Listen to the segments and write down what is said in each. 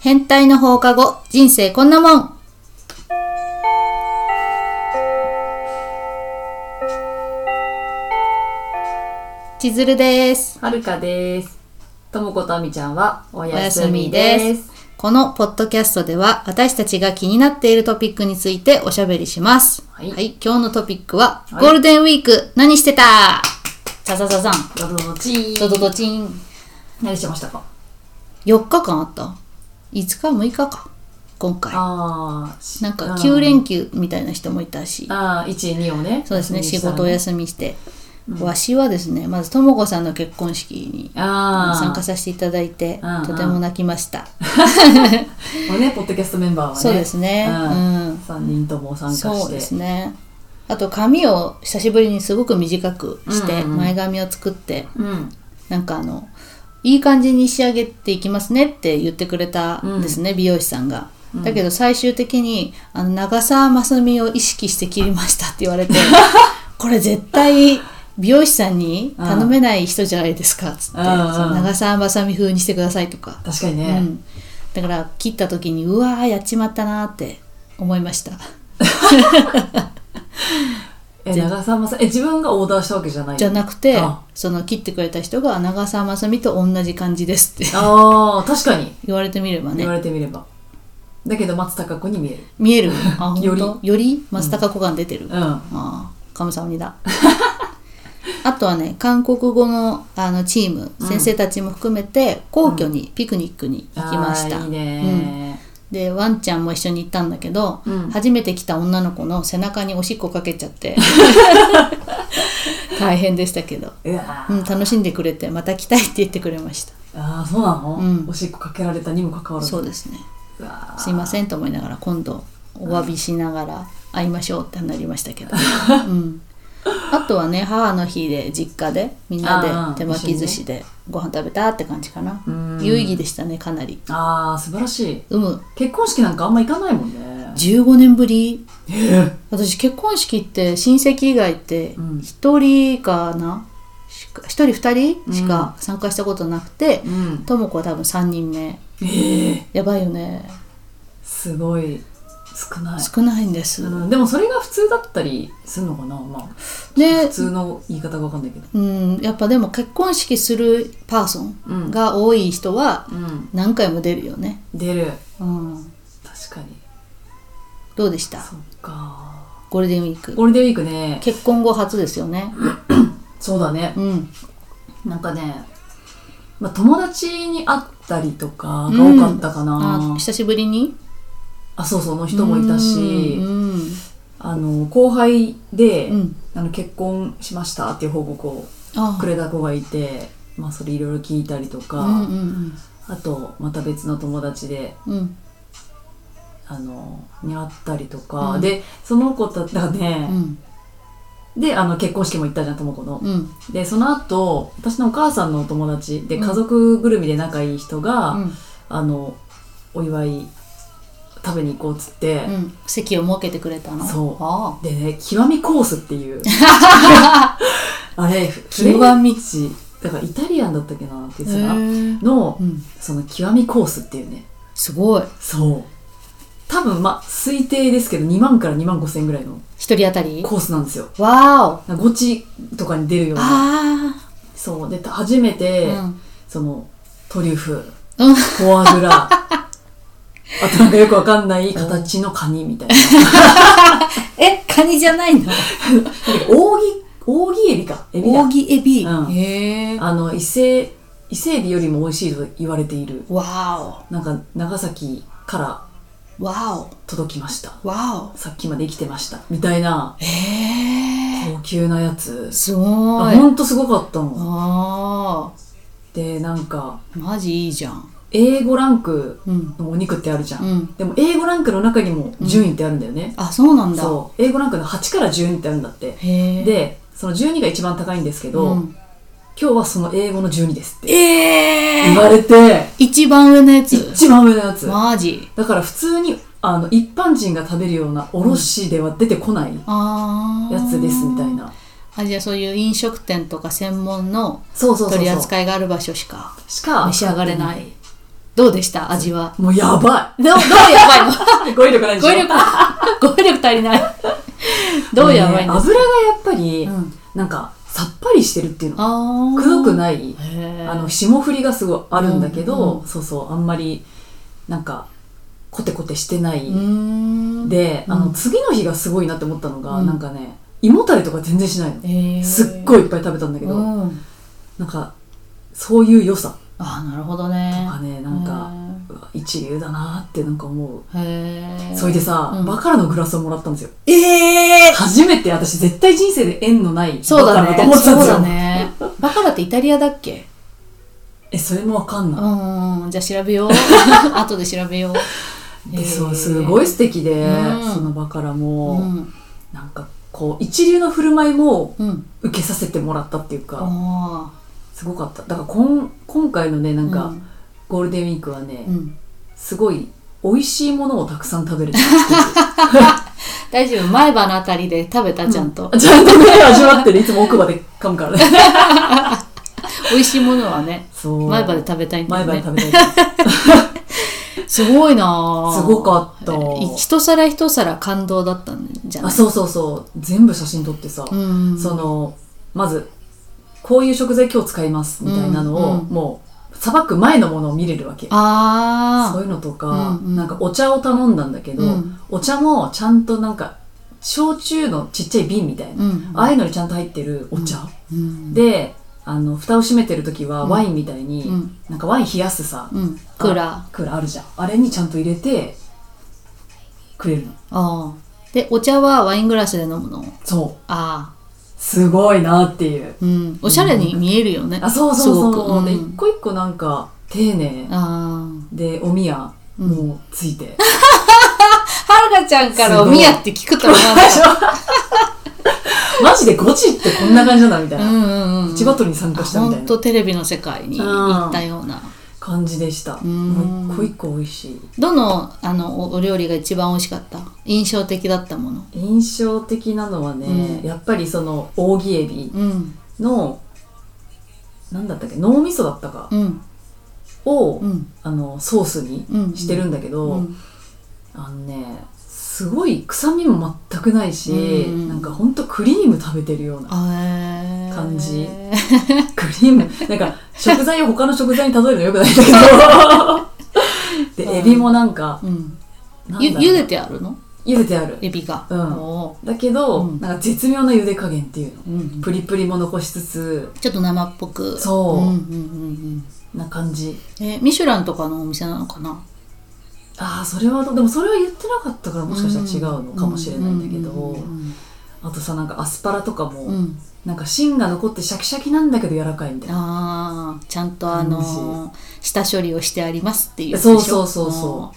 変態の放課後、人生こんなもん。千鶴です。はるかです。ともことあみちゃんはおおややすすみみでですす。。このポッドキャストでは、私たちが気になっているトピックについておしゃべりします。は、はいい今日のトピックは、はいゴールデンウィーク、何してたザザザザン、どどどちードドドチン。何してましたか4日間あった5日6日か今回あーなんか9連休みたいな人もいたしあー、1、2をね。そうですね仕事おや休みして、わしはですねまずともこさんの結婚式にあ参加あ、させていただいてうんうんとても泣きましたもうね、ポッドキャストメンバーはね。そうですねうん3人とも参加して。そうですねあと髪を久しぶりにすごく短くしてうんうん前髪を作ってうん。なんかあのいい感じに仕上げていきますねって言ってくれたんですね、美容師さんが。だけど最終的にあの長澤まさみを意識して切りましたって言 われてこれ絶対美容師さんに頼めない人じゃないですかっつって、うんうんその長澤まさみ風にしてくださいとか、確かにうね。ん、だから切った時にうわーやっちまったなーって思いましたえ、長澤まさん、え、自分がオーダーしたわけじゃないじゃなくてあその切ってくれた人が長澤まさみと同じ感じですって ああ、確かに。言われてみればね言われてみれば。だけど、松たか子に見える。見えるあ本当よりより松たか子感出てる、うん。あああカムサハムニダ あとはね韓国語のあのチーム、先生たちも含めて皇居に、ピクニックに行きましたーいいねでワンちゃんも一緒に行ったんだけど、うん初めて来た女の子の背中におしっこかけちゃって 大変でしたけど、ー。うわーうん、楽しんでくれてまた来たいって言ってくれましたああ、そうなの、うんおしっこかけられたにもかかわらず。そうですねうわーすいませんと思いながら今度お詫びしながら会いましょうってなりました けど、うん、あとはね母の日で実家でみんなあでー手巻き寿司でご飯食べたって感じかな、うん有意義でしたねかなりああ素晴らしいうむ結婚式なんかあんま行かないもんね15年ぶり私結婚式って親戚以外ってうん1人かなしか1人2人しか参加したことなくてうんとも子は多分3人目ええやばいよねすごい少ない、少ないんです、うん、でもそれが普通だったりするのかなまあで普通の言い方がわかんないけどうん、やっぱでも結婚式するパーソうンんが多い人はうん何回も出るよね、出るうん、確かにどうでしたそっかゴールデンウィークゴールデンウィークね結婚後初ですよねそうだねうんなんかね、まあ、友達に会ったりとかが多かったかな、あ久しぶりにあそうそうの人もいたしうんあの後輩で、うんあの結婚しましたっていう報告をあくれた子がいて、まあ、それいろいろ聞いたりとか、うんうんあとまた別の友達でうんうんあのに会ったりとか、うんでその子だったらうね、んであの結婚式も行ったじゃんとも子の。うんでその後私のお母さんのお友達で家族ぐるみで仲いい人が、うんあのお祝い食べに行こうっつってう、ん席を設けてくれたのそうあでね極みコースっ ていうあれ極み地だからイタリアンだったっけなっあて言ってたかなへえのうんその極みコースっていうねすごいそう多分まあ推定ですけど2万から2万5千ぐらいの一人当たりコースなんですよわーおゴチとかに出るようなあそうで初めて、ーうんそのトリュフうんフォアグ ラあとなんかよくわかんない形のカニ みたいなえカニじゃないの扇扇エビかエビだ扇エビうんへえあの伊勢伊勢エビよりも美味しいと言われているわなんか長崎からおわ届きましたおわさっきまで生きてましたみたいなおへえ高級なやつすごあいほんとすごかったのああでなんかマジいいじゃん A5 ランクうんのお肉ってあるじゃん、うんでも A5 ランクの中にも順位ってあるんだよね、あそうなんだそう A5 ランクの8から12ってあるんだってへえでその12が一番高いんですけど、うん今日はその英語の12ですってえ言えわれて一番上のやつ一番上のやつマジだから普通にあの一般人が食べるようなおろしでは出てこないああやつですみたいな、あじゃあそういう飲食店とか専門のそうそうそうそう取り扱いがある場所しかしか召し上がれないどうでした味は。もうやばどう、どうやばいのい。 語彙力ないでしょ 語彙力、語彙力足り ない。どうやばいの、ね油がやっぱり、うんなんか、さっぱりしてるっていうあの。ーくどくない。へーあの、霜降りがすごいあるんだけうん。ど、そうそう、あんまり、なんか、コテコテしてないうーん。で、あうの、ん次の日がすごいなって思ったのが、うんなんかね、胃もたれとか全然しないの。へーすっごいいっぱい食べたんだけうど、んなんか、そういう良さあーなるほどねとかね、なんか、うわ一流だなってなんか思う。へーへーそれでさ、うんバカラのグラスをもらったんですよ。ええ初めて私絶対人生で縁のないバそうカだねラだと思ってたんそでうすよ。だねバカラってイタリアだっけえ、それもわかうんなんじゃあ調べよう後で調べようい。で、そう、すごいす素敵で、うんそのバカラうも、んなんかこう、一流の振る舞いもうん受けさせてもらったっていうか、あすごかった。だからこん、今回のね、なーんか、ゴールデンウィークはね、うんうんすごい美味しいものをたくさん食べれたって大丈夫前歯のあたりで食べた ちゃんと いう。ちゃんとね、味わってる。いつも奥歯で噛むからね。美味しいものはねそう。前歯で食べたいんだ前よ歯でね食べたい。すごいなあすごかった一皿一皿感動だったんじゃないあ、そうそうそう。全部写真撮ってさ、うんそのまずこういう食材今日使いますみたいなのうんを、うんもうさばく前のものを見れるわけああそういうのとか、うんうんなんかお茶を頼んだんだけど、うんお茶もちゃんとなんか焼酎のちっちゃい瓶みたいな、うんああいうのにちゃんと入ってるお茶、うんであの蓋を閉めてる時はうんワインみたいに、うんなんかワイン冷やすさ、うんクーラーああクーラーあるじゃんあれにちゃんと入れてくれるのあでお茶はワイングラスで飲むのそうああすごいなっていううんおしゃれに見えるよね、あそうそうすごそう、くでうん一個一個なんか丁寧ああでおみやうんもうついはて、るかちゃんからおみやって聞くと思わないマジでゴチってこんな感じなんだみたいな、うんうんうん千葉トリに参加したみたい本な当テレビの世界に行ったような感じでした、んもう一個一個美味しいどのあのおお料理が一番美味しかった印象的だったもの印象的なのはね、うんやっぱりその扇エビうんのなんだったっけ脳みそだったかうんを、うんあのソースにうんしてるんだけど、うんあのねすごい臭みも全くないし、うんなんかほんとクリーム食べてるようなあー感じクリームなんか食材を他の食材に例えるのよくない んだけどでエビもなんかうんなんだゆろう茹でてあるの茹でてあるエビがうんおだけど、うんなんか絶妙な茹で加減っていうのーうんプリプリも残しつつちょっと生っぽくそううんうんうんな感じうんえミシュランとかのお店なのかなああそれはどでもそれは言ってなかったからもしかしたら違うのかもしれないんだけど、うんあとさなんかアスパラとかうも、んうんうんなんか芯が残ってシャキシャキなんだけど柔らかいみたいなああちゃんとあの下処理をしてありますっていうやつそうでしょそううそうんそ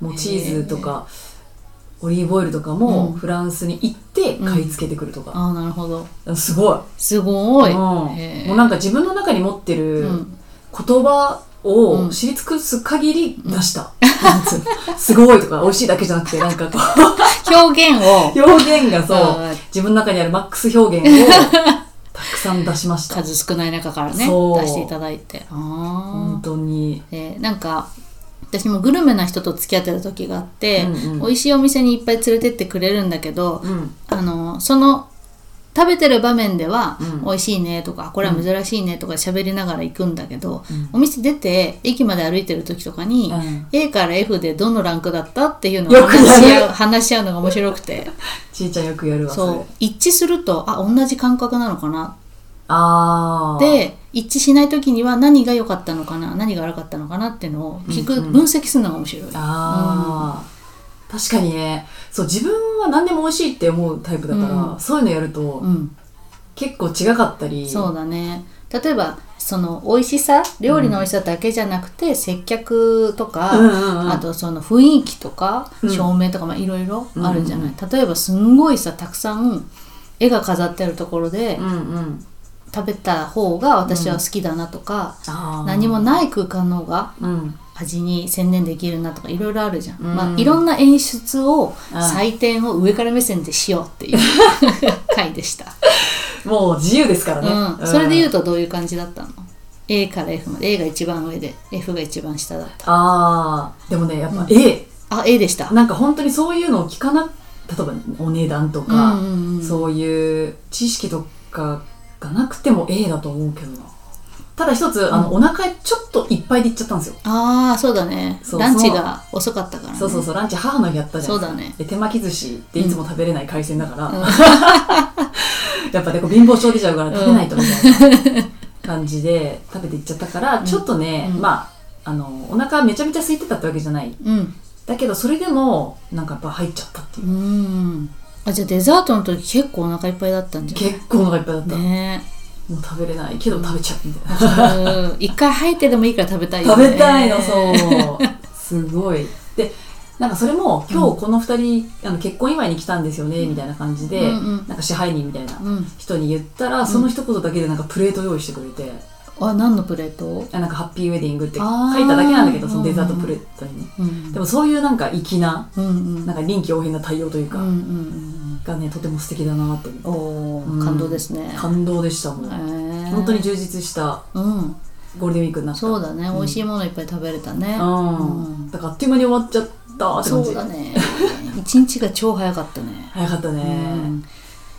うもうチーズとかオリーブオイルとかもうんフランスに行って買い付けてくるとか、ああなるほどすごいすごい、うん、へえもうなんか自分の中に持ってるう言ん葉を知り尽くす限り出した、 なんつうのすごいとか美味しいだけじゃなくてなんかこ表現をう 表現がそううん自分の中にあるマックス表現をたくさん出し ました数少ない中からねそう出していただいてあ本当にあ、えーなんか私もグルメな人と付き合ってた時があって、うんうん美味しいお店にいっぱい連れてってくれるんだけど、うんあのその食べてる場面では、うん美味しいねとかこれは珍しいねとか喋りながら行くんだけど、うんお店出て駅まで歩いてる時とかに、うん A から F でどのランクだったっていうのよをくや話るし合う話し合うのが面白く てちいちゃんよくやるわそそれう一致するとあ同じ感覚なのかなああで一致しない時には何が良かったのかな何が悪かったのかなっていうのを聞く、うんうん分析するのが面白い。ああ、確かにねそう自分は何でも美味しいって思うタイプだから、うそういうのやるとうん、結構違かったりそうだね例えばその美味しさ料理の美味しさだけじゃなくて、接客とか、うんうんうんあとその雰囲気とか、うん照明とかまあいろいろあるじゃない、う例えばすんごいさたくさん絵が飾ってあるところで、うんうん食べた方が私は好きだなとか、あー何もない空間の方がうん味に専念できるなとかいろいろあるじゃん、うんまあ、いろんな演出をうん採点を上から目線でしようって いう回でした、もう自由ですからうね、ん、それで言ううとどういう感じだったの A から F まで A が一番上で F が一番下だったあーでもねやっぱ A、あ A でしたなんか本当にそういうのを聞かな例えばお値段とか、うんうんうんそういう知識とかがなくても A だと思うけどなただ一つあの、お腹ちょっといっぱいでいっちゃったんですよああそうだねそうランチが遅かったからねそうそうそうランチ母の日やったじゃそんうだねで手巻き寿司っていつも食べれない海鮮だから、 やっぱねこう貧乏症出ちゃうから食べないとみたいな感じで食べていっちゃったから、ちょっとね、うんまああのお腹めちゃめちゃ空いてたってわけじゃないうんだけどそれでもなんかやっぱ入っちゃったっていうう、んあじゃあデザートの時結構お腹いっぱいだったんじゃ結構お腹いっぱいだった、ないねもう食べれないけど食べちゃうみたいな、うん一回入ってでもいいから食べたいよね食べたいのそうすごいでなんかそれも今日この2人、あの結婚祝いに来たんですよねみたいな感じで、うんうんなんか支配人みたいなうん人に言ったら、その一言だけでなんかプレート用意してくれて、あ何のプレートあなんかハッピーウェディングって書あーいただけなんだけどそのデザートプレートにね、うんでもそういうなんか粋なうんうんなんか臨機応変な対応といううか、んうんがねとても素敵だなって思うんおうーん感動ですね感動でしたもん、本本当に充実したうんゴールデンウィークになったそうだねん美味しいものいっぱい食べれたねうんうんだからあっという間に終わっちゃったってそ感じうだね一日が超早かったね早かったね、うん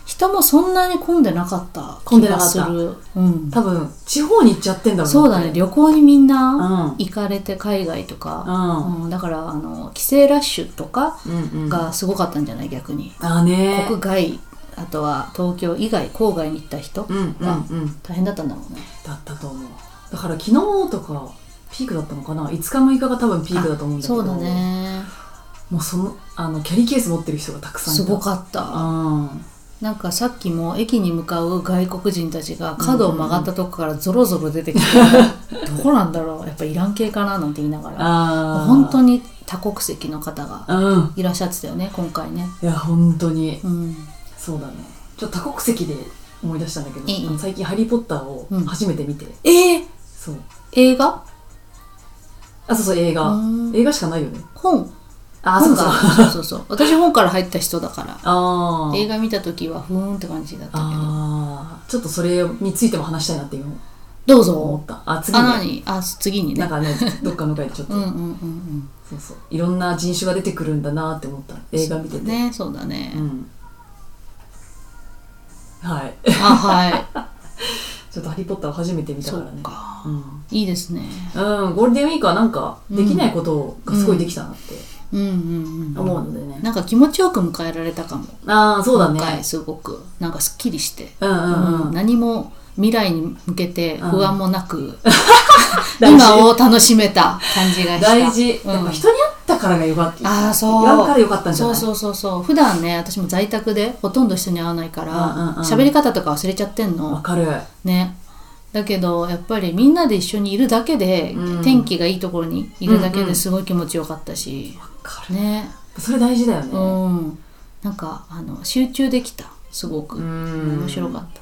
人もそんなに混んでなかった混んでなかった気がするうん多分地方に行っちゃってんだろうなそうだね旅行にみんなうん行かれて海外とうか、んうんだからあの帰省ラッシュとかうんうんがすごかったんじゃない逆にあーね国外あとは東京以外郊外に行った人、うんうんうん大変だったんだもんねだったと思うだから昨日とかピークだったのかな5日6日が多分ピークだと思うんだけどそうだねもうそのあのキャリーケース持ってる人がたくさんいたすごっかったたなんかさっきも駅に向かう外国人たちが角を曲がったとこからゾロゾロ出 てきて、どこなんだろうやっぱイラン系かななんて言いながらあー本当に多国籍の方がうんいらっしゃってたよね今回ね、いや本当にうん、そうだねちょっと多国籍で思い出したんだけどいいあの最近「ハリー・ポッター」をうん初めて見て、えー、そう映画あそうそう映画うん映画しかないよね本あ本そうそうがそうそうそう私本から入った人だからあー映画見た時はふーんって感じだったけどあーちょっとそれについても話したいなって今どう思ぞったあ次あね何あ次にねなんかねどっかの回でちょっと、うんうんうんうんそうそういろんな人種が出てくるんだなって思った映画見ててねそうだね、うんはいあはい ちょっと「ハリー・ポッター」を初めて見たかそらうねかうんいいですねうん、ゴールデンウィークはなんかできないことがすごいできたなってうんうんうん思うのでね、なんか気持ちよく迎えられたかもああそうだね今回すごくなんかすっきりして、うんうんうん、何も未来に向けて不安もなく、 大事今を楽しめた感じがした大事、うんやっぱ人に会ったからがよかったああそう言わんからよかったんじゃないそうそうそうそう普段ね私も在宅でほとんど人に会わないからうんうんうん喋、り方とか忘れちゃってんわのかるねだけどやっぱりみんなで一緒にいるだけで、うん天気がいいところにいるだけうんうでんすごい気持ちよかったし、かねるそれ大事だようねんなんかあの集中できたすごく、ん面白かった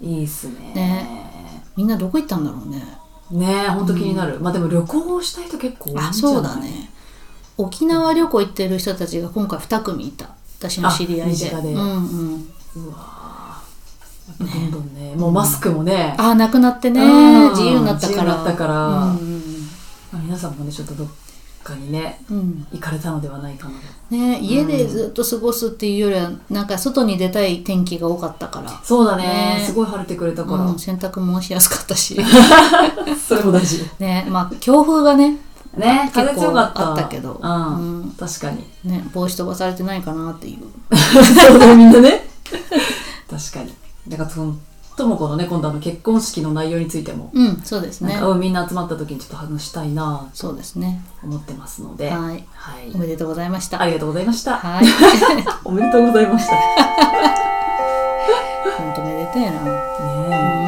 いいっすねねみんなどこ行ったんだろうねねえほんと気になる、まあでも旅行をしたい人結構多いんじゃないあそうだね沖縄旅行行ってる人たちが今回2組いた私の知り合いあ身で近でうんうん、うわーやっぱどんどんねもうマスクもね、ああなくなってねうん自由になったから自由になったからうんまあ皆さんもねちょっとどっかにねうんうん行かれたのではないかなとね、家でずっと過ごすっていうよりはなんか外に出たい天気が多かったからそうだねねえすごい晴れてくれたから、うん、洗濯もしやすかった しそれも大事ねまあ強風がね ね風結強構かったあったけどうんうん確かにね帽子飛ばされてないかなっていうそうだみんなね確かにだからそのともこのね今度あの結婚式の内容についても、うんそうですなねんかうんみんな集まった時にちょっと話したいなそうですねと思ってますのでははいおめでとうございましたありがとうございました、はい おめでとうございましたね本当めでたいなえ